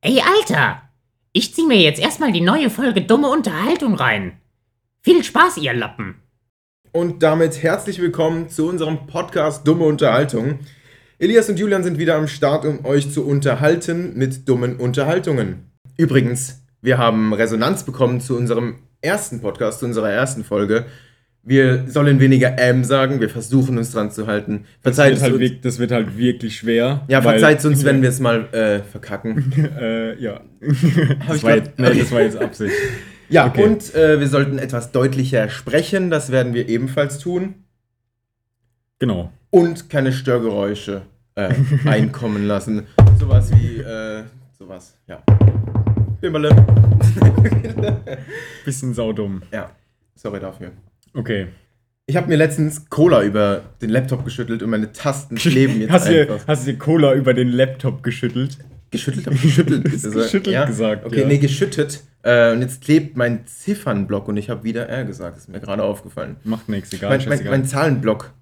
Ey, Alter! Ich zieh mir jetzt erstmal die neue Folge Dumme Unterhaltung rein. Viel Spaß, ihr Lappen! Und damit herzlich willkommen zu unserem Podcast Dumme Unterhaltung. Elias und Julian sind wieder am Start, um euch zu unterhalten mit dummen Unterhaltungen. Übrigens, wir haben Resonanz bekommen zu unserem ersten Podcast, zu unserer ersten Folge. Wir sollen weniger ähm sagen, wir versuchen uns dran zu halten. Verzeiht Das es wird, halt uns. wirk- das wird halt wirklich schwer. Ja, weil- verzeiht es uns, wenn wir es mal äh, verkacken. Äh, ja. das, ich war grad- jetzt, nee, das war jetzt Absicht. Ja, Okay. und äh, wir sollten etwas deutlicher sprechen, das werden wir ebenfalls tun. Genau. Und keine Störgeräusche äh, einkommen lassen. Sowas wie, äh, sowas, ja. Bimmerle. Bisschen saudumm. ja, sorry dafür. Okay. Ich habe mir letztens Cola über den Laptop geschüttelt und meine Tasten kleben jetzt hast, du, einfach. hast du dir Cola über den Laptop geschüttelt? geschüttelt habe ich geschüttelt. Ist geschüttelt gesagt, Okay, ja. nee, geschüttet. Äh, und jetzt klebt mein Ziffernblock und ich habe wieder R gesagt. Ist mir gerade aufgefallen. Macht nichts, egal. mein, mein, scheißegal. mein Zahlenblock,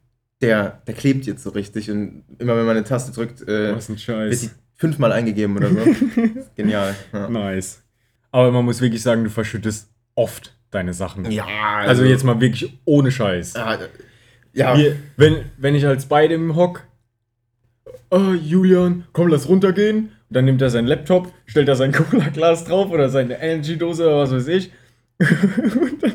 der, der klebt jetzt so richtig. Und immer wenn man eine Taste drückt, äh, Was ein wird die Scheiß. fünfmal eingegeben oder so. Ist Genial. Ja. Nice. Aber man muss wirklich sagen, du verschüttest oft deine Sachen. Ja, Also jetzt mal wirklich ohne Scheiß. Ja, ja. Wir, wenn, wenn ich als beide im Hock, oh, Julian, komm, lass runtergehen. Und dann nimmt er seinen Laptop, stellt da sein Cola-Glas drauf oder seine Energy-Dose oder was weiß ich. und, dann,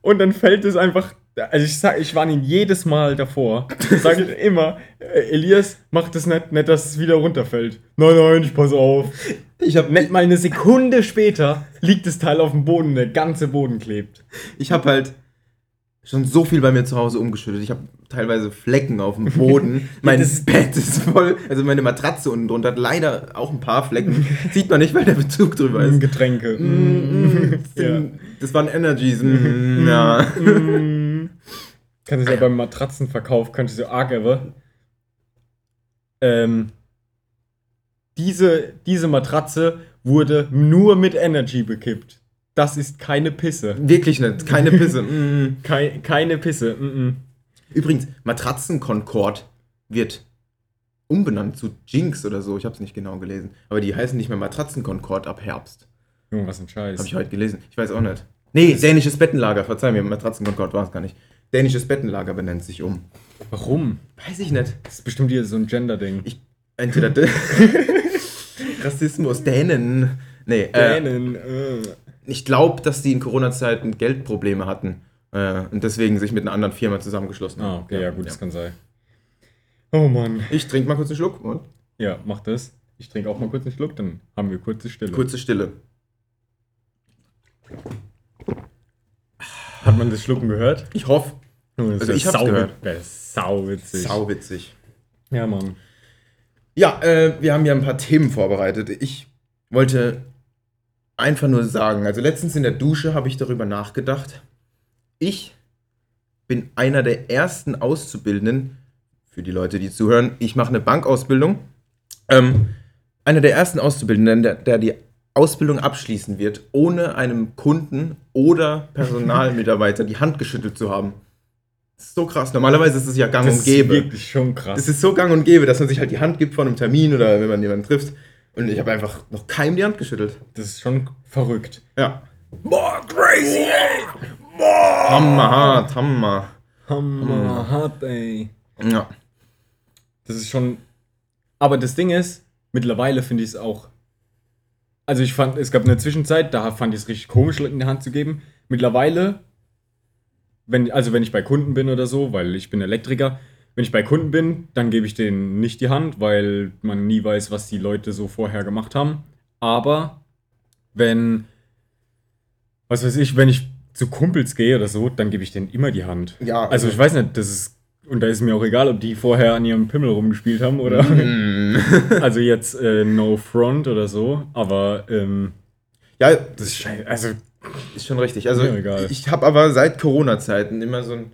und dann fällt es einfach. Also ich sag, ich warne ihn jedes Mal davor. Sage immer, äh, Elias, mach das nicht, nicht, dass es wieder runterfällt. Nein, nein, ich pass auf. ich habe Nicht mal eine Sekunde später liegt das Teil auf dem Boden, der ganze Boden klebt. ich habe halt schon so viel bei mir zu Hause umgeschüttet. Ich habe teilweise Flecken auf dem Boden. Mein das ist- Bett ist voll. Also meine Matratze unten drunter hat leider auch ein paar Flecken. Sieht man nicht, weil der Bezug drüber ist. Getränke. Ja. Mhm. Das waren Energies. Mm, ja. Kannst du Mm. ja beim Matratzenverkauf, könntest du arg aber. Ähm, diese, diese Matratze wurde nur mit Energy bekippt. Das ist keine Pisse. Wirklich nicht. Keine Pisse. Mm. Kei, keine Pisse. Mm Übrigens, Matratzenkonkord wird umbenannt zu Jinx oder so. Ich habe es nicht genau gelesen. Aber die heißen nicht mehr Matratzenkonkord ab Herbst. -mm. Junge, was ein Scheiß. Habe ich heute gelesen. Ich weiß auch nicht. Nee, dänisches Bettenlager. Verzeih mir, Matratzenkonkord war es gar nicht. Dänisches Bettenlager benennt sich um. Warum? Weiß ich nicht. Das ist bestimmt hier so ein Gender-Ding. Ich, entweder D- Rassismus, Dänen. Nee, äh, Dänen, äh. ich glaube, dass die in Corona-Zeiten Geldprobleme hatten äh, und deswegen sich mit einer anderen Firma zusammengeschlossen haben. Ah, okay, ja, gut, das kann sein. Oh Mann. Ich trinke mal kurz einen Schluck und Ja, mach das. Ich trinke auch mal kurz einen Schluck, dann haben wir kurze Stille. kurze Stille. Hat man das Schlucken gehört? Ich hoffe, Junge, das Also wär ich hab's sau- gehört. wär Sauwitzig. sauwitzig. Ja, Mann. Ja, äh, wir haben ja ein paar Themen vorbereitet. Ich wollte einfach nur sagen, also letztens in der Dusche habe ich darüber nachgedacht. Ich bin einer der ersten Auszubildenden, für die Leute, die zuhören, ich mache eine Bankausbildung. Ähm, einer der ersten Auszubildenden, der, der die Ausbildung abschließen wird, ohne einem Kunden oder Personalmitarbeiter die Hand geschüttelt zu haben. Das ist so krass. Normalerweise ist es ja gang und gäbe. ist wirklich schon krass. Es ist so gang und gäbe, dass man sich halt die Hand gibt vor einem Termin oder wenn man jemanden trifft. Und ich habe einfach noch keinem die Hand geschüttelt. das ist schon verrückt. Ja. Boah, crazy! Boah! Hammerhart, Hammer. Hm. Hammer, hart, ey. Ja. Das ist schon. Aber das Ding ist, mittlerweile finde ich es auch. Also ich fand, es gab eine Zwischenzeit, da fand ich es richtig komisch, Leuten die Hand zu geben. Mittlerweile, wenn, also wenn ich bei Kunden bin oder so, weil ich bin Elektriker, wenn ich bei Kunden bin, dann gebe ich denen nicht die Hand, weil man nie weiß, was die Leute so vorher gemacht haben. Aber wenn, was weiß ich, wenn ich zu Kumpels gehe oder so, dann gebe ich denen immer die Hand. Ja, Also ich weiß nicht, das ist. Und da ist mir auch egal, ob die vorher an ihrem Pimmel rumgespielt haben oder. also jetzt äh, No Front oder so, aber ähm, Ja, das ist schei- Also, ist schon richtig. Also, Mir egal. ich habe aber seit Corona-Zeiten immer so ein,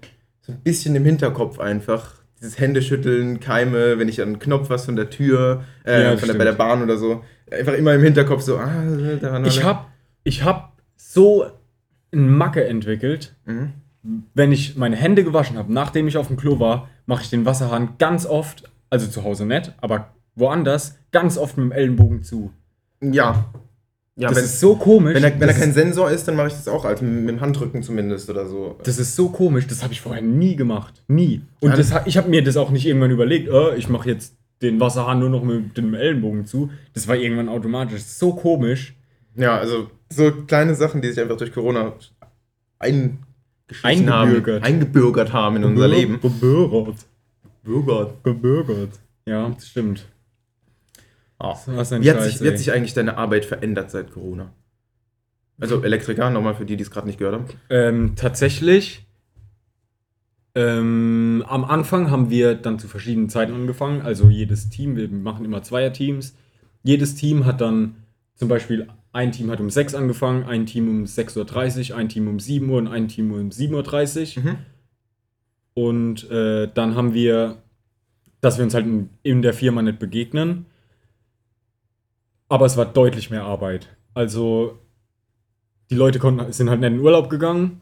so ein bisschen im Hinterkopf einfach. Dieses Händeschütteln, Keime, wenn ich an einen Knopf was von der Tür, äh, Ja, von der, bei der stimmt. Bahn oder so. Einfach immer im Hinterkopf so, ah, da war noch ich eine- hab, ich hab so ein Macke entwickelt, Mhm. wenn ich meine Hände gewaschen habe, nachdem ich auf dem Klo war, mache ich den Wasserhahn ganz oft, also zu Hause nicht, aber woanders, ganz oft mit dem Ellenbogen zu. Ja. Ja, Das wenn, ist so komisch. wenn, er, wenn er das, kein ist, Sensor ist, dann mache ich das auch, also mit dem Handrücken zumindest oder so. das ist so komisch. Das habe ich vorher nie gemacht. Nie. Und Ja, das, ha- ich habe mir das auch nicht irgendwann überlegt, äh, ich mache jetzt den Wasserhahn nur noch mit dem Ellenbogen zu. Das war irgendwann automatisch. So komisch. Ja, also so kleine Sachen, die sich einfach durch Corona eingeschlichen Eingebürgert. haben, eingebürgert haben in unser Leben. Gebürgert. Bürger. Gebürgert. Ja, das stimmt. Was Ah. ein Wie hat, Scheiß, sich, wie hat ey. sich eigentlich deine Arbeit verändert seit Corona? Also Elektriker, nochmal für die, die es gerade nicht gehört haben. Ähm, tatsächlich, ähm, am Anfang haben wir dann zu verschiedenen Zeiten angefangen. Also jedes Team, wir machen immer Zweierteams. Jedes Team hat dann zum Beispiel, ein Team hat um 6 angefangen, ein Team um 6.30 Uhr, ein Team um 7 Uhr und ein Team um 7.30 Uhr. Mhm. Und äh, dann haben wir, dass wir uns halt in, in der Firma nicht begegnen. Aber es war deutlich mehr Arbeit. Also die Leute konnten, sind halt nicht in den Urlaub gegangen.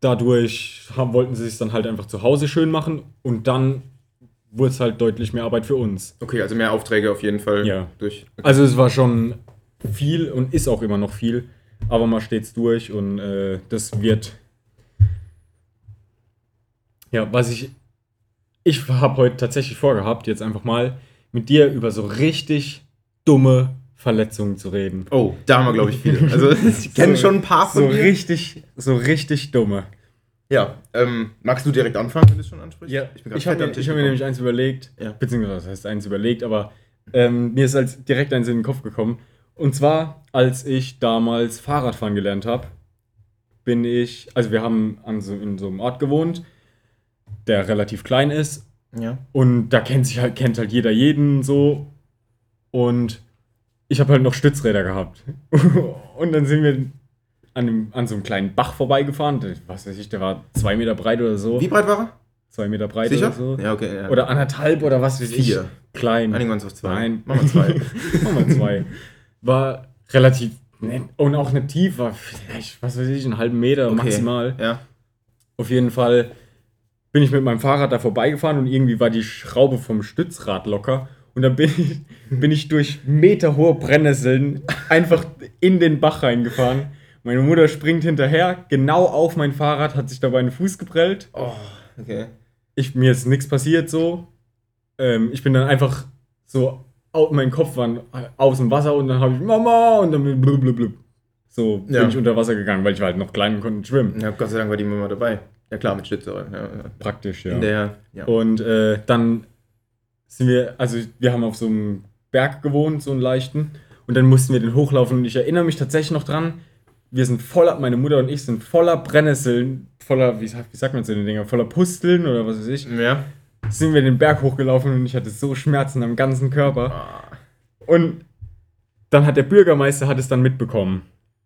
Dadurch haben, wollten sie sich dann halt einfach zu Hause schön machen und dann wurde es halt deutlich mehr Arbeit für uns. Okay, also mehr Aufträge auf jeden Fall Ja. durch. Also es war schon viel und ist auch immer noch viel, aber man steht's durch und äh, das wird. Ja, was ich. Ich habe heute tatsächlich vorgehabt, jetzt einfach mal mit dir über so richtig dumme Verletzungen zu reden. Oh, da haben wir, glaube ich, viele. Also ich kenne So- schon ein paar von So dir. richtig, so richtig dumme. Ja, ähm, magst du direkt anfangen, wenn du es schon ansprichst? Ja, ich ich, bin gerade habe fett am mir, Tisch. ich hab mir gekommen. nämlich eins überlegt, Ja. beziehungsweise das heißt eins überlegt, aber ähm, mir ist als direkt eins in den Kopf gekommen. Und zwar, als ich damals Fahrradfahren gelernt habe, bin ich, also wir haben an so, in so einem Ort gewohnt, der relativ klein ist ja. und da kennt sich halt, kennt halt jeder jeden so. Und ich habe halt noch Stützräder gehabt. und dann sind wir an, einem, an so einem kleinen Bach vorbeigefahren. Der- Was weiß ich, der war zwei Meter breit oder so. Wie breit war Zwei Meter er? breit Sicher? oder so. Ja, okay. Ja. Oder anderthalb oder was weiß ich. Vier. Klein. Einigen wir uns auf zwei. Nein. Machen wir zwei. Machen wir zwei. War relativ nett und auch nicht tief, war vielleicht, was weiß ich, einen halben Meter Okay. maximal. ja. Auf jeden Fall bin ich mit meinem Fahrrad da vorbeigefahren und irgendwie war die Schraube vom Stützrad locker. Und dann bin ich, bin ich durch meterhohe Brennnesseln einfach in den Bach reingefahren. Meine Mutter springt hinterher, genau auf mein Fahrrad, hat sich dabei einen Fuß geprellt. Oh, okay. ich, mir ist nichts passiert so. Ähm, ich bin dann einfach so, au, mein Kopf war äh, aus dem Wasser und dann habe ich Mama und dann blub, blub, blub. So Ja. bin ich unter Wasser gegangen, weil ich war halt noch klein und konnte nicht schwimmen. Ja, Gott sei Dank war die Mama dabei. Ja klar, mit Schlitzohr. Ja, ja. Praktisch, ja. In der, ja. Und äh, dann sind wir, also wir haben auf so einem Berg gewohnt, so einen leichten. Und dann mussten wir den hochlaufen. Und ich erinnere mich tatsächlich noch dran, wir sind voller, meine Mutter und ich sind voller Brennnesseln, voller, wie, sagt- wie sagt man zu den Dinger, voller Pusteln oder was weiß ich. ja. sind wir den Berg hochgelaufen und ich hatte so Schmerzen am ganzen Körper. Ah. Und dann hat der Bürgermeister hat es dann mitbekommen.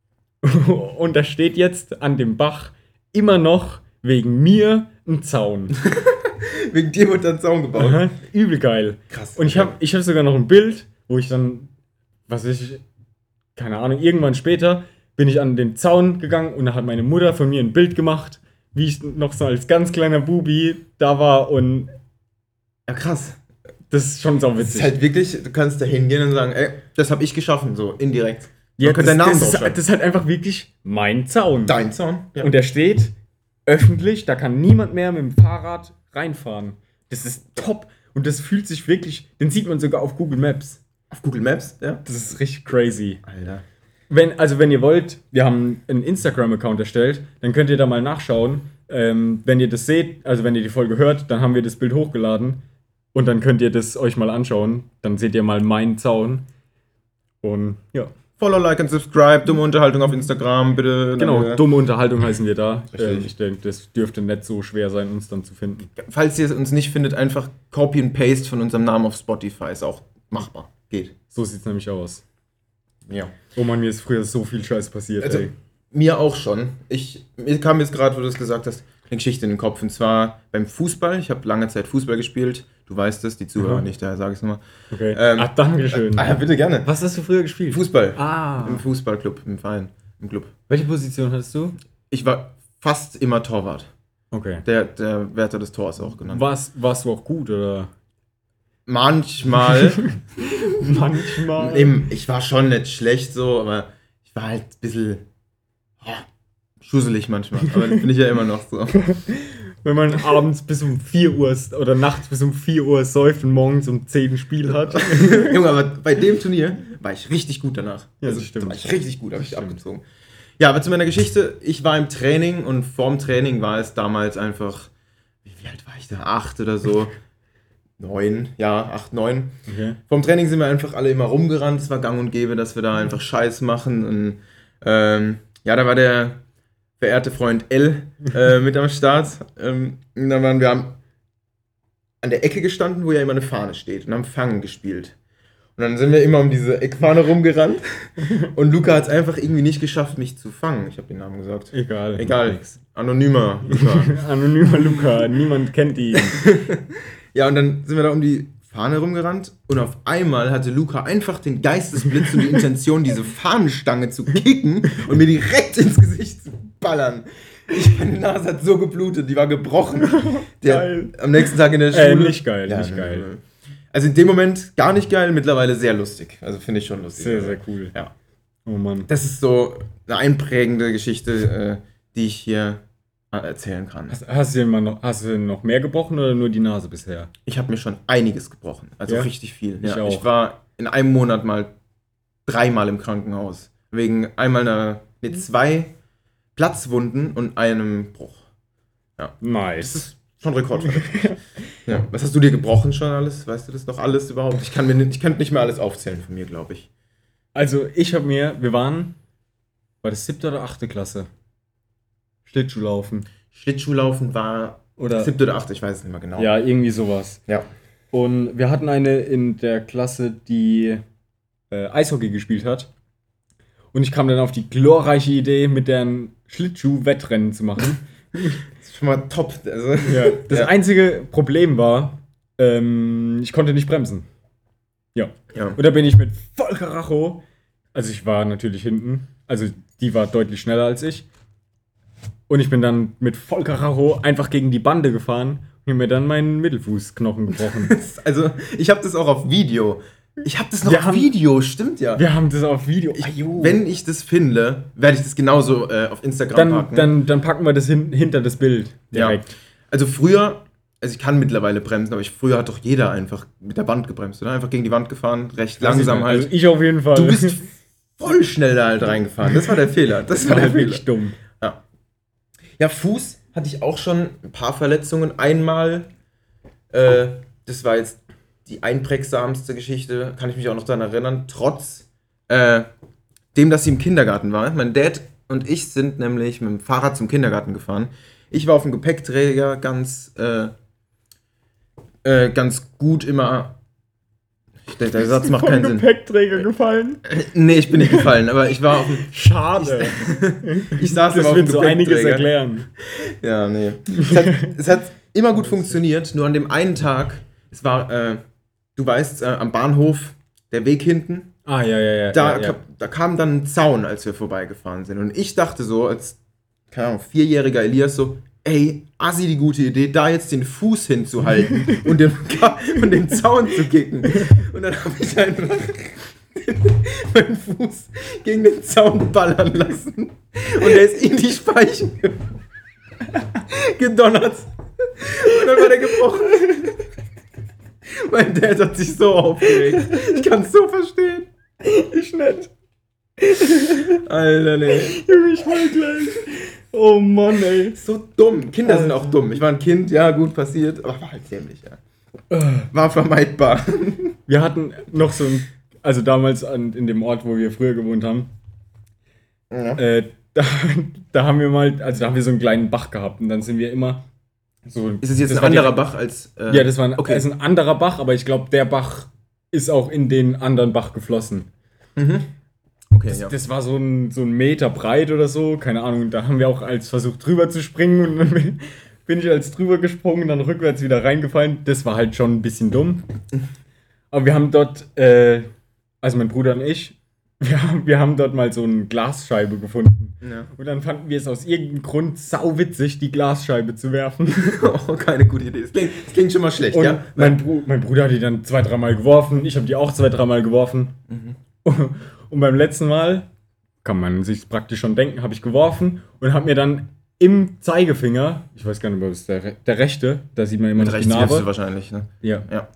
Und da steht jetzt an dem Bach immer noch wegen mir ein Zaun. Wegen dir wird dann Zaun gebaut. Aha, Übel geil. Krass. Und ich habe ich hab sogar noch ein Bild, wo ich dann, was weiß ich, keine Ahnung, irgendwann später bin ich an den Zaun gegangen und da hat meine Mutter von mir ein Bild gemacht, wie ich noch so als ganz kleiner Bubi da war und Ja, krass. das ist schon so Das witzig. ist halt wirklich, du kannst da hingehen und sagen, ey, das habe ich geschaffen, so indirekt. Man Ja, das, könnte deinen Namen das, ist, draufschreiben. das ist halt einfach wirklich mein Zaun. Dein Zaun. Ja. Und der steht öffentlich, da kann niemand mehr mit dem Fahrrad reinfahren. Das ist top. Und das fühlt sich wirklich, den sieht man sogar auf Google Maps. Auf Google Maps, ja. Das ist richtig crazy. Alter. Wenn, also wenn ihr wollt, wir haben einen Instagram-Account erstellt, dann könnt ihr da mal nachschauen. Ähm, wenn ihr das seht, also wenn ihr die Folge hört, dann haben wir das Bild hochgeladen und dann könnt ihr das euch mal anschauen. Dann seht ihr mal meinen Zaun. Und ja. Follow, like und subscribe. Dumme Unterhaltung auf Instagram, bitte. Genau, Danke. dumme Unterhaltung heißen wir da. Richtig. Ähm, ich denke, das dürfte nicht so schwer sein, uns dann zu finden. Falls ihr es uns nicht findet, einfach Copy and Paste von unserem Namen auf Spotify. Ist auch machbar. Geht. So sieht's nämlich aus. Ja. Oh Mann, mir ist früher so viel Scheiß passiert, Also, ey. mir auch schon. Ich, mir kam jetzt gerade, wo du das gesagt hast, eine Geschichte in den Kopf. Und zwar beim Fußball. Ich habe lange Zeit Fußball gespielt. Du weißt es, die Zuhörer Mhm. nicht, daher sage ich es nochmal. Okay. ähm, Ach, Dankeschön. Ah, ja, bitte gerne. Was hast du früher gespielt? Fußball. Ah. Im Fußballclub, im Verein, im Club. Welche Position hattest du? Ich war fast immer Torwart. Okay. Der, der Wärter des Tors auch genannt. Warst, warst du auch gut, oder? manchmal, Manchmal. eben, ich war schon nicht schlecht so, aber ich war halt ein bisschen ja, schusselig manchmal. Aber das bin ich ja immer noch so. Wenn man abends bis um 4 Uhr s- oder nachts bis um 4 Uhr säuft und morgens um 10 ein Spiel hat. Junge, aber bei dem Turnier war ich richtig gut danach. Also, Ja, das stimmt. Da war ich richtig gut, habe ich Das stimmt. abgezogen. Ja, aber zu meiner Geschichte. Ich war im Training und vorm Training war es damals einfach, wie, wie alt war ich da? Acht oder so. Neun, ja, acht, neun. Okay. Vom Training sind wir einfach alle immer rumgerannt. Es war gang und gäbe, dass wir da einfach Scheiß machen. Und ähm, ja, da war der verehrte Freund L äh, mit am Start. Ähm, und dann waren wir am, an der Ecke gestanden, wo ja immer eine Fahne steht und haben Fangen gespielt. Und dann sind wir immer um diese Eckfahne rumgerannt. Und Luca hat es einfach irgendwie nicht geschafft, mich zu fangen. Ich habe den Namen gesagt. Egal. Egal. Anonymer. Luca. Anonymer Luca, niemand kennt ihn. Ja, und dann sind wir da um die Fahne rumgerannt und auf einmal hatte Luca einfach den Geistesblitz und die Intention, diese Fahnenstange zu kicken und mir direkt ins Gesicht zu ballern. Ich, meine Nase hat so geblutet, die war gebrochen. Der, Geil. Am nächsten Tag in der Schule. Äh, nicht geil, Ja, nicht ne, geil. ne. Also in dem Moment gar nicht geil, mittlerweile sehr lustig. Also finde ich schon lustig. Sehr, sehr cool. Ja. Oh Mann. Das ist so eine einprägende Geschichte, äh, die ich hier äh, erzählen kann. Hast, hast, du immer noch, hast du noch mehr gebrochen oder nur die Nase bisher? Ich habe mir schon einiges gebrochen. Also Ja? richtig viel. Ich Ja, auch. ich war in einem Monat mal dreimal im Krankenhaus. Wegen einmal einer, nee, zwei Platzwunden und einem Bruch. Das Nice. ist schon Rekord. ja. Was hast du dir gebrochen schon alles? Weißt du das noch alles überhaupt? Ich kann mir nicht, ich könnte nicht mehr alles aufzählen von mir, glaube ich. Also ich habe mir, wir waren, war das siebte oder achte Klasse? Schlittschuhlaufen. Schlittschuhlaufen war Oder? siebte oder achte, ich weiß es nicht mehr genau. Ja, irgendwie sowas. Ja. Und wir hatten eine in der Klasse, die äh, Eishockey gespielt hat. Und ich kam dann auf die glorreiche Idee, mit deren Schlittschuh-Wettrennen zu machen. Das ist schon mal top. Also, Das ja. einzige Problem war, ähm, ich konnte nicht bremsen. Ja. Ja. Und da bin ich mit voll Karacho. Also ich war natürlich hinten. Also die war deutlich schneller als ich. Und ich bin dann mit voll Karacho einfach gegen die Bande gefahren und hab mir dann meinen Mittelfußknochen gebrochen. also ich habe das auch auf Video. Ich habe das noch Wir auf haben- Video, stimmt ja. Wir haben das auf Video. Ich, Ajo. wenn ich das finde, werde ich das genauso äh, auf Instagram dann, packen. dann, dann packen wir das hin, hinter das Bild direkt. Ja. Also früher, also ich kann mittlerweile bremsen, aber ich, früher hat doch jeder einfach mit der Wand gebremst, oder? Einfach gegen die Wand gefahren, recht langsam Also halt. ich auf jeden Fall. Du bist voll schnell da halt reingefahren. Das war der Fehler. Das war der war Fehler. wirklich dumm. Ja, Fuß hatte ich auch schon ein paar Verletzungen. Einmal, äh, das war jetzt die einprägsamste Geschichte, kann ich mich auch noch daran erinnern, trotz äh, dem, dass sie im Kindergarten war. Mein Dad und ich sind nämlich mit dem Fahrrad zum Kindergarten gefahren. Ich war auf dem Gepäckträger ganz, äh, äh, ganz gut immer. Der, der Satz macht Vom keinen Sinn. Äh, Gepäckträger gefallen. Nee, ich bin nicht gefallen, aber ich war auf dem, Schade. ich saß immer das auf dem wird so einiges Gepäckträger. erklären. Ja, nee. Es hat, es hat immer gut funktioniert, nur an dem einen Tag, es war, äh, du weißt, äh, am Bahnhof, der Weg hinten, Ah, ja, ja, ja. da, ja, ja. kap- da kam dann ein Zaun, als wir vorbeigefahren sind. Und ich dachte so, als, keine Ahnung, vierjähriger Elias so, ey, Assi, die gute Idee, da jetzt den Fuß hinzuhalten und, den, und den Zaun zu kicken. Und dann habe ich einfach meinen Fuß gegen den Zaun ballern lassen. Und der ist in die Speichen ge- gedonnert. Und dann war der gebrochen. Mein Dad hat sich so aufgeregt. Ich kann es so verstehen. Ich nicht. Alter, nee. Junge, ich heul gleich. Oh Mann, ey. So dumm. Kinder sind auch dumm. Ich war ein Kind, ja, gut passiert, aber war halt dämlich, ja. War vermeidbar. Wir hatten noch so ein, also damals an, in dem Ort, wo wir früher gewohnt haben, äh, da, da haben wir mal, also da haben wir so einen kleinen Bach gehabt und dann sind wir immer so. Ist es jetzt das ein war anderer direkt- Bach als. äh, Ja, das war ein, Okay. ist ein anderer Bach, aber ich glaube, der Bach ist auch in den anderen Bach geflossen. okay, ja. Das war so ein, so ein Meter breit oder so, keine Ahnung. Da haben wir auch als versucht drüber zu springen und dann bin- bin ich als drüber gesprungen, dann rückwärts wieder reingefallen. Das war halt schon ein bisschen dumm. Aber wir haben dort, äh, also mein Bruder und ich, Wir haben, wir haben dort mal so eine Glasscheibe gefunden. Ja. Und dann fanden wir es aus irgendeinem Grund sauwitzig, die Glasscheibe zu werfen. Oh, keine gute Idee. Das klingt, das klingt schon mal schlecht, Und ja? mein, Bru mein Bruder hat die dann zwei, dreimal geworfen. Ich habe die auch zwei, dreimal geworfen. Mhm. Und beim letzten Mal, kann man sich praktisch schon denken, habe ich geworfen und habe mir dann im Zeigefinger, ich weiß gar nicht, ob es der, re- der rechte, da sieht man immer noch die hilfst du Narbe. wahrscheinlich, ne? Ja. Ja.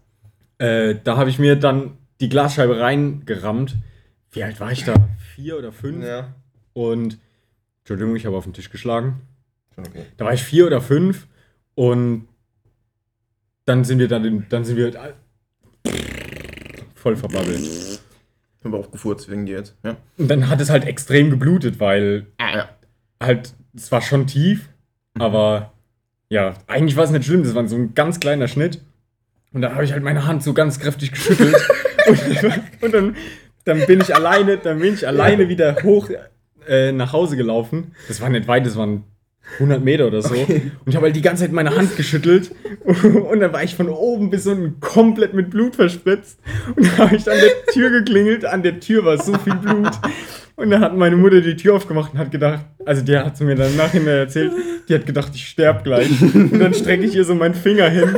Äh, da habe ich mir dann die Glasscheibe reingerammt. Wie alt war ich da? Vier oder fünf? Ja. Und, Entschuldigung, ich habe auf den Tisch geschlagen. Schon okay. Da war ich vier oder fünf und dann sind wir dann, dann sind wir halt voll verbabbelt. Ich habe auch gefurzt wegen dir jetzt. Ja. Und dann hat es halt extrem geblutet, weil Ah, ja. halt, es war schon tief, aber ja, eigentlich war es nicht schlimm, das war so ein ganz kleiner Schnitt. Und dann habe ich halt meine Hand so ganz kräftig geschüttelt. und und dann, dann bin ich alleine, dann bin ich alleine wieder hoch äh, nach Hause gelaufen. Das war nicht weit, das waren 100 Meter oder so. Und ich habe halt die ganze Zeit meine Hand geschüttelt. Und dann war ich von oben bis unten komplett mit Blut verspritzt. Und dann habe ich an der Tür geklingelt. An der Tür war so viel Blut. Und dann hat meine Mutter die Tür aufgemacht und hat gedacht, also die hat sie mir dann nachher erzählt, die hat gedacht, ich sterb gleich. Und dann strecke ich ihr so meinen Finger hin.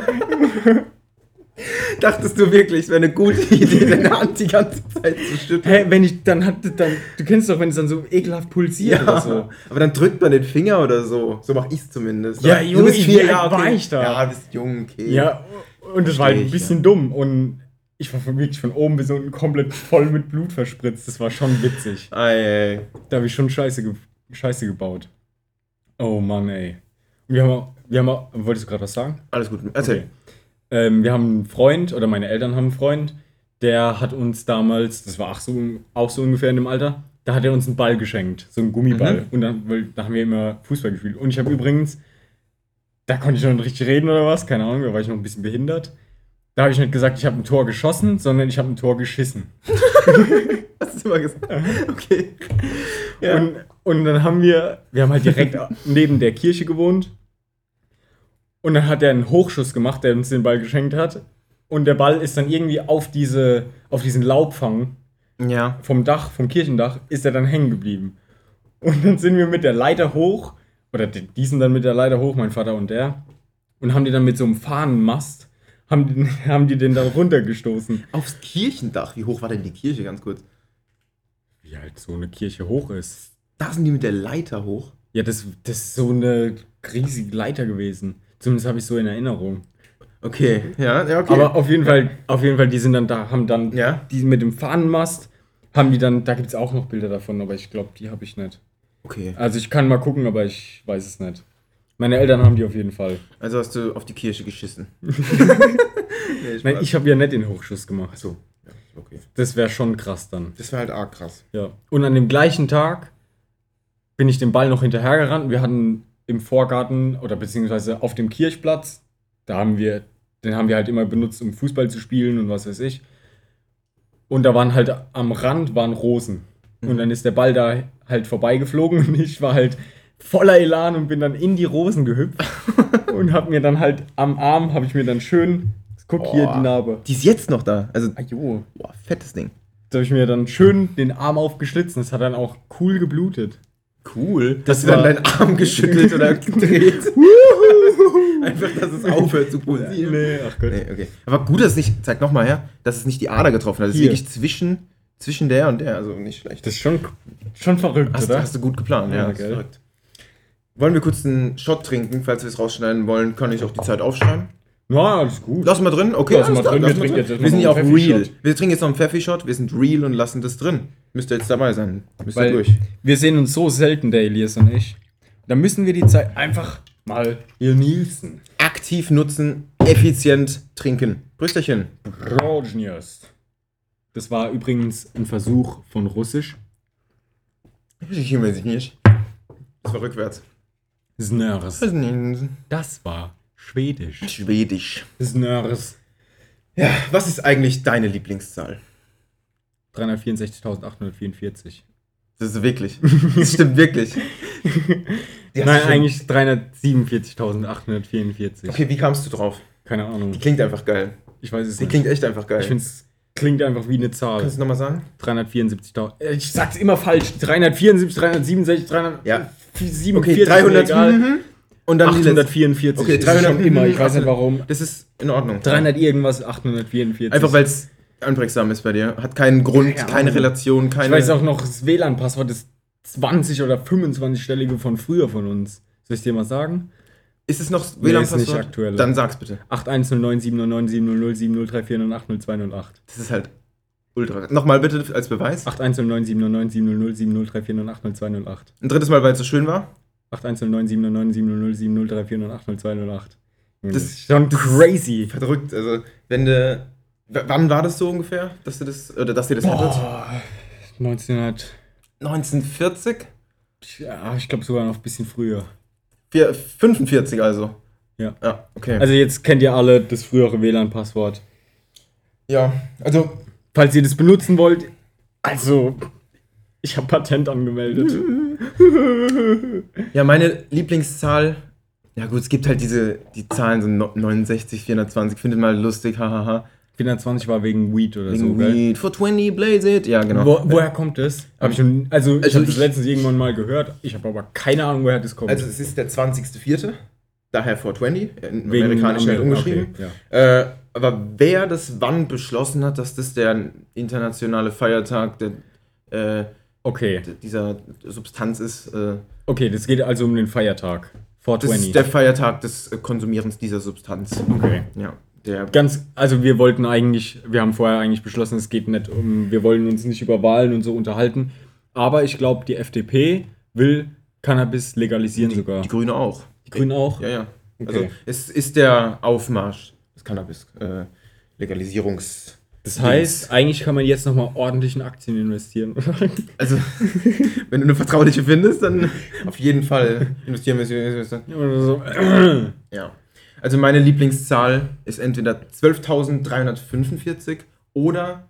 Dachtest du wirklich, es wäre eine gute Idee, deine Hand die ganze Zeit zu schütteln? Hä, wenn ich, dann hat, dann, du kennst doch, wenn es dann so ekelhaft pulsiert oder so. Aber dann drückt man den Finger oder so. So mache ich es zumindest. Ja, Aber Junge, du bist wie vier, alt ja, okay. war ich da? Ja, du bist jung, okay. Ja, und das war halt ein Verstehe ich, bisschen dumm. Und ich war von- wirklich von oben bis unten komplett voll mit Blut verspritzt. Das war schon witzig. Ei, ei. Da habe ich schon Scheiße, ge Scheiße gebaut. Oh Mann, ey. Und wir haben auch, wir haben auch, wolltest du gerade was sagen? Alles gut, erzähl. Okay. Ähm, wir haben einen Freund, oder meine Eltern haben einen Freund, der hat uns damals, das war auch so, auch so ungefähr in dem Alter, da hat er uns einen Ball geschenkt, so einen Gummiball. Und dann, weil, da haben wir immer Fußball gespielt. Und ich habe übrigens, da konnte ich noch nicht richtig reden oder was, keine Ahnung, da war ich noch ein bisschen behindert. Da habe ich nicht gesagt, ich habe ein Tor geschossen, sondern ich habe ein Tor geschissen. Hast du mal gesagt? Okay. Ja. Und, und dann haben wir, wir haben halt direkt neben der Kirche gewohnt. Und dann hat er einen Hochschuss gemacht, der uns den Ball geschenkt hat. Und der Ball ist dann irgendwie auf, diese, auf diesen Laubfang ja. vom Dach, vom Kirchendach, ist er dann hängen geblieben. Und dann sind wir mit der Leiter hoch, oder die die sind dann mit der Leiter hoch, mein Vater und der, und haben die dann mit so einem Fahnenmast, haben, die- haben die den da runtergestoßen. Aufs Kirchendach. Wie hoch war denn die Kirche, ganz kurz? Wie halt so eine Kirche hoch ist. Da sind die mit der Leiter hoch. Ja, das, das ist so eine riesige Leiter gewesen. Zumindest habe ich so in Erinnerung. Okay. Ja, ja, okay. Aber auf jeden Fall, auf jeden Fall, die sind dann da, haben dann Ja. die mit dem Fahnenmast, haben die dann, da gibt es auch noch Bilder davon, aber ich glaube, die habe ich nicht. okay. Also ich kann mal gucken, aber ich weiß es nicht. Meine Eltern haben die auf jeden Fall. Also hast du auf die Kirche geschissen. nee, Nein, ich habe ja nicht den Hochschuss gemacht. so. Ja, okay. Das wäre schon krass dann. Das war halt arg krass. Ja. Und an dem gleichen Tag bin ich dem Ball noch hinterhergerannt. Wir hatten im Vorgarten oder beziehungsweise auf dem Kirchplatz, da haben wir, den haben wir halt immer benutzt, um Fußball zu spielen und was weiß ich. Und da waren halt am Rand waren Rosen. Und dann ist der Ball da halt vorbeigeflogen und ich war halt voller Elan und bin dann in die Rosen gehüpft und hab mir dann halt am Arm, habe ich mir dann schön, guck hier Boah. die Narbe. Die ist jetzt noch da. Also, Ajo. boah, fettes Ding. Da habe ich mir dann schön den Arm aufgeschlitzt und es hat dann auch cool geblutet. Cool. Hast du war- dann deinen Arm geschüttelt oder gedreht? Einfach, dass es aufhört zu pulsieren. Nee, ach Gott. Nee, okay. Aber gut, dass es nicht, zeig nochmal her, dass es nicht die Ader getroffen hat. Das ist Hier. wirklich zwischen, zwischen der und der, also nicht schlecht. Das ist schon, schon verrückt, hast, oder? hast du gut geplant, Ja, ja. das ist gell. verrückt. Wollen wir kurz einen Shot trinken, falls wir es rausschneiden wollen, kann ich auch die Zeit aufschreiben. Na, alles gut. Lassen wir drin, okay. Lassen wir alles klar, drin, wir lassen trinken drin. jetzt erstmal wir sind ja auch noch einen real. Pfeffi-Shot. Wir trinken jetzt noch einen Pfeffi-Shot, wir sind real und lassen das drin. Müsst ihr jetzt dabei sein. Müsst ihr Weil durch. wir sehen uns so selten, der Elias und ich. Da müssen wir die Zeit einfach mal genießen. Aktiv nutzen, effizient trinken. Brüsterchen. Rojnias. Das war übrigens ein Versuch von Russisch. Ich kümmere mich nicht. Das war rückwärts. Snörs. Das ist Das war Schwedisch. Schwedisch. Snörs. Ja, was ist eigentlich deine Lieblingszahl? 364.844. Das ist wirklich. Das stimmt wirklich. Ja, Nein, stimmt. eigentlich 347.844. Okay, wie kamst du drauf? Keine Ahnung. Die klingt einfach geil. Ich weiß es Die nicht. klingt echt einfach geil. Ich finde es Klingt einfach wie eine Zahl. Kannst du nochmal sagen? 374.000. Äh, Ich sag's immer falsch. 374, 367, 347. Ja. Okay, Okay, 300. 300. Egal. mhm. Und dann die letzte. 844. Okay, ist 300, schon immer. Ich mhm, weiß nicht warum. Das ist in Ordnung. 300 irgendwas, 844. Einfach weil es einprägsam ist bei dir. Hat keinen Grund, Keine keine Ahnung. Relation, Ich keine. weiß auch noch, das WLAN-Passwort ist 20 oder 25-stellige von früher von uns. Soll ich dir mal sagen? Ist es noch Nee, ist WLAN-Passwort? nicht aktuell. Dann sag's bitte. 81097097037080208. Das ist halt ultra. Nochmal bitte als Beweis. 81097097037080208. Ein drittes Mal, weil es so schön war. 81097097037080208. Das ist ist schon crazy. Verdrückt. Also, wenn du. W- Wann war das so ungefähr, dass du das. Oder dass dir das hattet? 1900. 1940? Ja, ich glaube sogar noch ein bisschen früher. Vier, 45 also. Ja. Ja, okay. Also jetzt kennt ihr alle das frühere WLAN-Passwort. ja, also. Falls ihr das benutzen wollt, also ich habe Patent angemeldet. Ja, meine Lieblingszahl. Ja, gut, es gibt halt diese. Die Zahlen sind no- 69, 420. Findet mal lustig, hahaha. 420 war wegen Weed oder so, Wegen gell? Weed for 20, blaze it. Ja, genau. Wo, woher kommt das? Hab ich schon, also ich Also habe das ich- letztens irgendwann mal gehört. Ich habe aber keine Ahnung, woher das kommt. Also es ist der 20.04., daher 420, in Wegen amerikanisch halt Amer- umgeschrieben. okay, äh, aber wer das wann beschlossen hat, dass das der internationale Feiertag der, Okay, äh, dieser Substanz ist, äh, okay, das geht also um den Feiertag. das 420. ist der Feiertag des äh, Konsumierens dieser Substanz. okay. Ja, der Ganz, also wir wollten eigentlich, wir haben vorher eigentlich beschlossen, es geht nicht um, wir wollen uns nicht über Wahlen und so unterhalten. Aber ich glaube, die FDP will Cannabis legalisieren sogar. die Grüne auch. Die Grünen auch. Ja, ja. Okay. Also es ist der Aufmarsch des Cannabis äh, Legalisierungs Das heißt, eigentlich kann man jetzt nochmal ordentlich in Aktien investieren. also wenn du eine vertrauliche findest, dann auf jeden Fall investieren wir Oder so. Ja. Also meine Lieblingszahl ist entweder 12.345 oder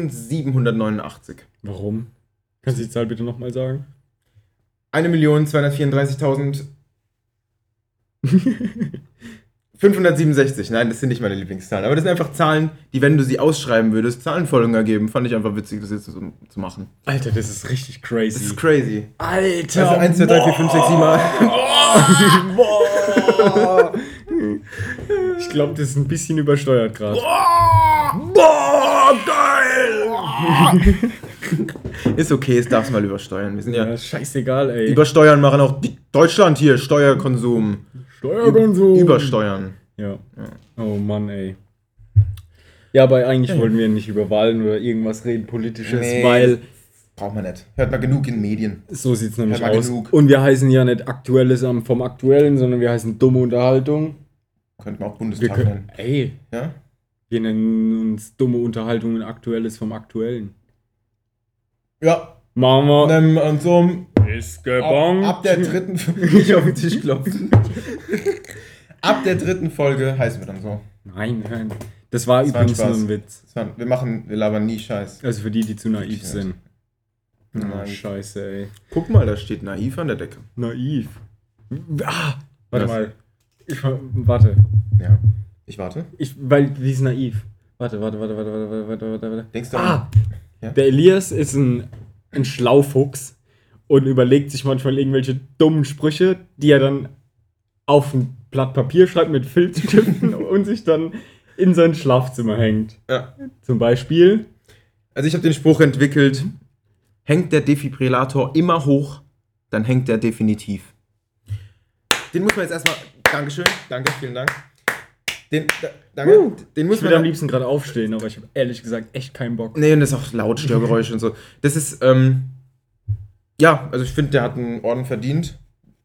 123.456.789. Warum? Kannst du die Zahl bitte nochmal sagen? 1.234.567. Nein, das sind nicht meine Lieblingszahlen. Aber das sind einfach Zahlen, die, wenn du sie ausschreiben würdest, Zahlenfolgen ergeben. Fand ich einfach witzig, das jetzt so zu machen. Alter, das ist richtig Das crazy. ist crazy. Alter! Also 1, 2, 3, 4, 5, 6, 7, 8. Ich glaube, das ist ein bisschen übersteuert gerade. Boah, geil! ist okay, es darf es mal übersteuern. Wir sind ja. Ja, scheißegal, ey. Übersteuern machen auch die Deutschland hier, Steuerkonsum. Steuerkonsum. Übersteuern. Ja. Oh Mann, ey. Ja, aber eigentlich wollten wir nicht über Wahlen oder irgendwas reden, politisches, Nee. weil Braucht man nicht. Hört man genug in Medien. so sieht's nämlich Hat man aus. genug. Und wir heißen ja nicht Aktuelles am- vom Aktuellen, sondern wir heißen Dumme Unterhaltung. Könnte man auch Wir Bundestag können, nennen. ey, Ja? wir nennen uns Dumme Unterhaltung und Aktuelles vom Aktuellen. Ja. Machen wir. Ähm, und so Ist gebongt. ab der dritten nicht auf den Tisch klopfen. ab der dritten Folge heißen wir dann so. Nein, nein. Das war Das war ein übrigens nur Spaß. ein Witz. Das war- Wir machen, wir labern nie Scheiß. Also für die, die zu naiv sind. Nein. Oh, scheiße, ey. Guck mal, da steht naiv an der Decke. Naiv. Ah, warte Was? mal. Ich, warte. Ja. Ich warte. Ich, weil die ist naiv. Warte, warte, warte, warte, warte, warte, warte, warte, warte. Denkst du Ah! Ja? Der Elias ist ein, ein Schlaufuchs und überlegt sich manchmal irgendwelche dummen Sprüche, die er dann auf ein Blatt Papier schreibt mit Filzstiften und sich dann in sein Schlafzimmer hängt. Ja. Zum Beispiel. Also ich habe den Spruch entwickelt, hängt der Defibrillator immer hoch, dann hängt er definitiv. Den muss man jetzt erstmal. Dankeschön, danke, vielen Dank. Den, da, danke. Uh, den muss Ich man. würde am liebsten gerade aufstehen, aber ich habe ehrlich gesagt echt keinen Bock. nee, und das ist auch laut, Störgeräusche und so. Das ist, ähm, ja, also ich finde, der hat einen Orden verdient.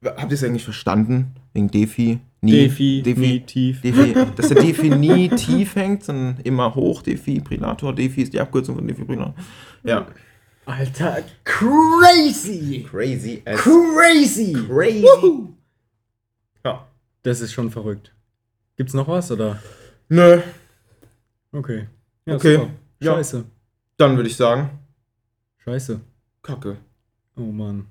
Habt ihr es eigentlich verstanden? Wegen Defi? Nie? Defi. Definitiv. Defi, dass der definitiv hängt, sondern immer hoch, Defibrillator. Defi ist die Abkürzung von Defibrillator. Ja. Alter, crazy! Crazy as Crazy! Crazy. Ja. Das ist schon verrückt. Gibt's noch was oder? Nö, Okay. Ja, Okay. super. Ja. Scheiße. dann würde ich sagen, Scheiße. Kacke. Oh Mann.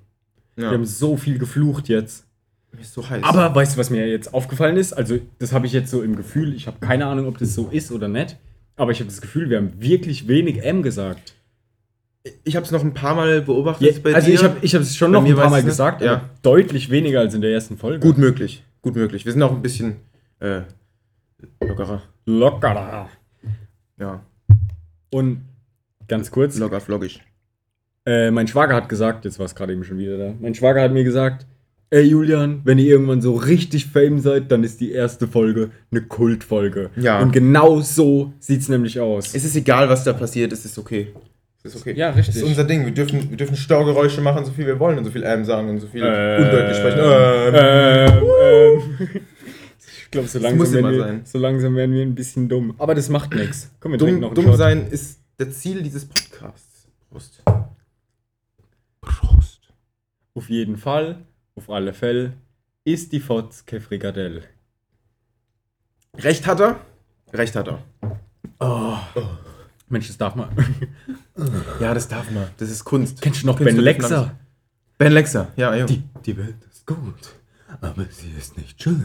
Ja. Wir haben so viel geflucht jetzt. Mir ist so heiß. Aber weißt du, was mir jetzt aufgefallen ist? Also, das habe ich jetzt so im Gefühl. Ich habe keine Ahnung, ob das so ist oder nicht. Aber ich habe das Gefühl, wir haben wirklich wenig M gesagt. ich habe es noch ein paar Mal beobachtet Ja, bei also, dir. ich habe ich es schon Bei noch mir ein paar weiß Mal ich's nicht. gesagt, Ja. aber deutlich weniger als in der ersten Folge. Gut möglich, gut möglich. Wir sind auch ein bisschen äh, lockerer. Lockerer. Ja, Und ganz kurz, locker floggisch. äh, mein Schwager hat gesagt, jetzt war es gerade eben schon wieder da, mein Schwager hat mir gesagt, ey Julian, wenn ihr irgendwann so richtig fame seid, dann ist die erste Folge eine Kultfolge. Ja. Und genau so sieht es nämlich aus. Es ist egal, was da passiert, es ist okay. Es ist okay. Ja, richtig. Das ist unser Ding. Wir dürfen, wir dürfen Staugeräusche machen, so viel wir wollen und so viel ähm sagen und so viel Äh, undeutlich sprechen. Ähm. Ähm, ähm. Ich glaube, so, Das langsam muss immer werden wir- sein. so langsem werden wir ein bisschen dumm. Aber das macht nichts. Komm, wir trinken noch Dumm, einen dumm Shot. sein ist der Ziel dieses Podcasts. Prost. Prost. Auf jeden Fall, auf alle Fälle, ist die Fotz keine Frikadelle. Recht hat er? Recht hat er. Mensch, das darf man. Ja, das darf man. Das ist Kunst. Kennst du noch Kennst Ben du das Lexer? Land? Ben Lexer, ja, ja. Die Welt ist gut, aber sie ist nicht schön.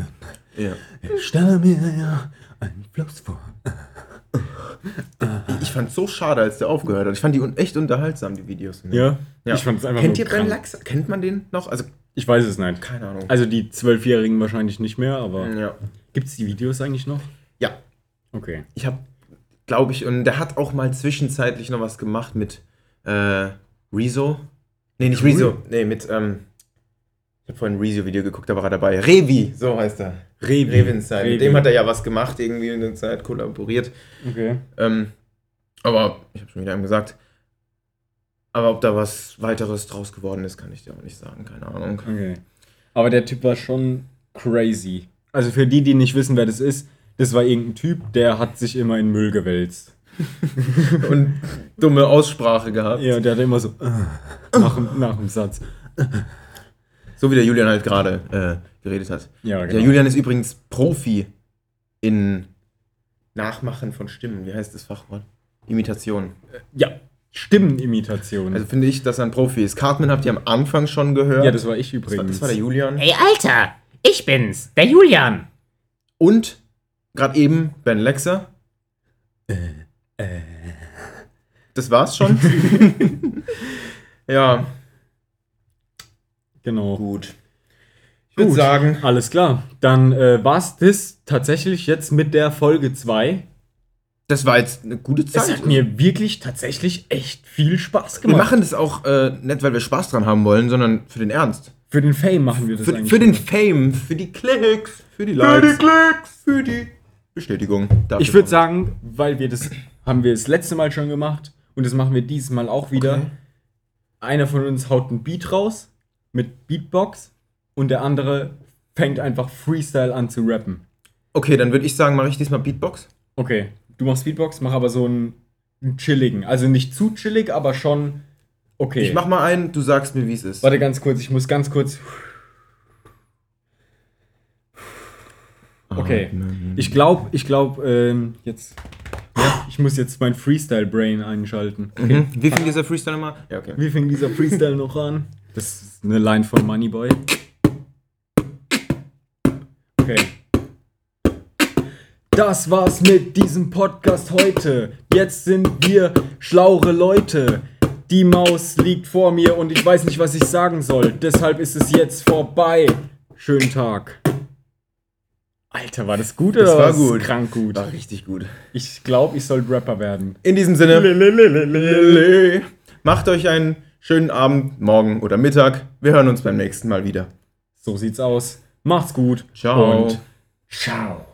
ja. Ich stelle mir ja einen Fluss vor. Ich fand's so schade, als der aufgehört hat. Ich fand die un echt unterhaltsam, die Videos. Ja? Ja. Ich fand's einfach Kennt nur ihr Ben krank. Lexer? Kennt man den noch? Also, Ich weiß es nicht. keine Ahnung. Ähm, Also die Zwölfjährigen wahrscheinlich nicht mehr, aber ja. gibt's die Videos eigentlich noch? ja, Okay. ich habe, glaube ich, und der hat auch mal zwischenzeitlich noch was gemacht mit äh, Rezo. Nee, nicht Rezo. Nee, mit, ähm, ich habe vorhin ein Rezo-Video geguckt, da war er dabei. Revi, so heißt er. Revi. Revinstein. Mit Revi. dem hat er ja was gemacht, irgendwie in der Zeit kollaboriert. Okay. Ähm, aber ich habe schon wieder einem gesagt. Aber ob da was weiteres draus geworden ist, kann ich dir auch nicht sagen. Keine Ahnung. Okay. Aber der Typ war schon crazy. Also für die, die nicht wissen, wer das ist, das war irgendein Typ, der hat sich immer in Müll gewälzt. Und dumme Aussprache gehabt. Ja, der hat immer so äh, nach, dem- nach dem Satz. So wie der Julian halt gerade äh, geredet hat. Ja, genau. Der Julian ist übrigens Profi in Nachmachen von Stimmen. Wie heißt das Fachwort? Imitation. Ja, Stimmenimitation. Also finde ich, dass er ein Profi ist. Cartman habt ihr am Anfang schon gehört. ja, das war ich Das war, übrigens. das war der Julian. Hey, Alter! Ich bin's, der Julian! Und gerade eben Ben Lexer. Äh, Das war's schon. ja, genau. gut. Ich würde sagen, Alles klar. Dann äh, war's das tatsächlich jetzt mit der Folge 2. das war jetzt eine gute Zeit. Es hat mir wirklich tatsächlich echt viel Spaß wir gemacht. machen das auch äh, nicht, weil wir Spaß dran haben wollen, sondern für den Ernst. für den Fame machen wir das Für, eigentlich. für den Fame, für die Klicks, für die Likes. Für die Klicks, für die Bestätigung. Dafür Ich würde sagen, weil wir das haben wir das letzte Mal schon gemacht und das machen wir dieses Mal auch wieder. Okay. Einer von uns haut einen Beat raus mit Beatbox und der andere fängt einfach Freestyle an zu rappen. Okay, dann würde ich sagen, mache ich diesmal Beatbox. Okay, du machst Beatbox, mach aber so einen, einen chilligen, also nicht zu chillig, aber schon okay. Ich mach mal einen, du sagst mir, wie es ist. Warte ganz kurz, ich muss ganz kurz. Okay. Ich glaube, ich glaube, ähm, jetzt. Ja, ich muss jetzt mein Freestyle-Brain einschalten. Mhm. Wie viel dieser Freestyle mal? Ja, okay. Wie fing dieser Freestyle noch an? Das ist eine Line von Moneyboy. Okay. Das war's mit diesem Podcast heute. Jetzt sind wir schlaue Leute. Die Maus liegt vor mir und ich weiß nicht, was ich sagen soll. Deshalb ist es jetzt vorbei. Schönen Tag. Alter, war das gut oder Das war was? gut. Krank gut. War richtig gut. Ich glaube, ich soll Rapper werden. In diesem Sinne, macht euch einen schönen Abend, morgen oder Mittag. Wir hören uns beim nächsten Mal wieder. So sieht's aus. Macht's gut. Ciao. Und ciao.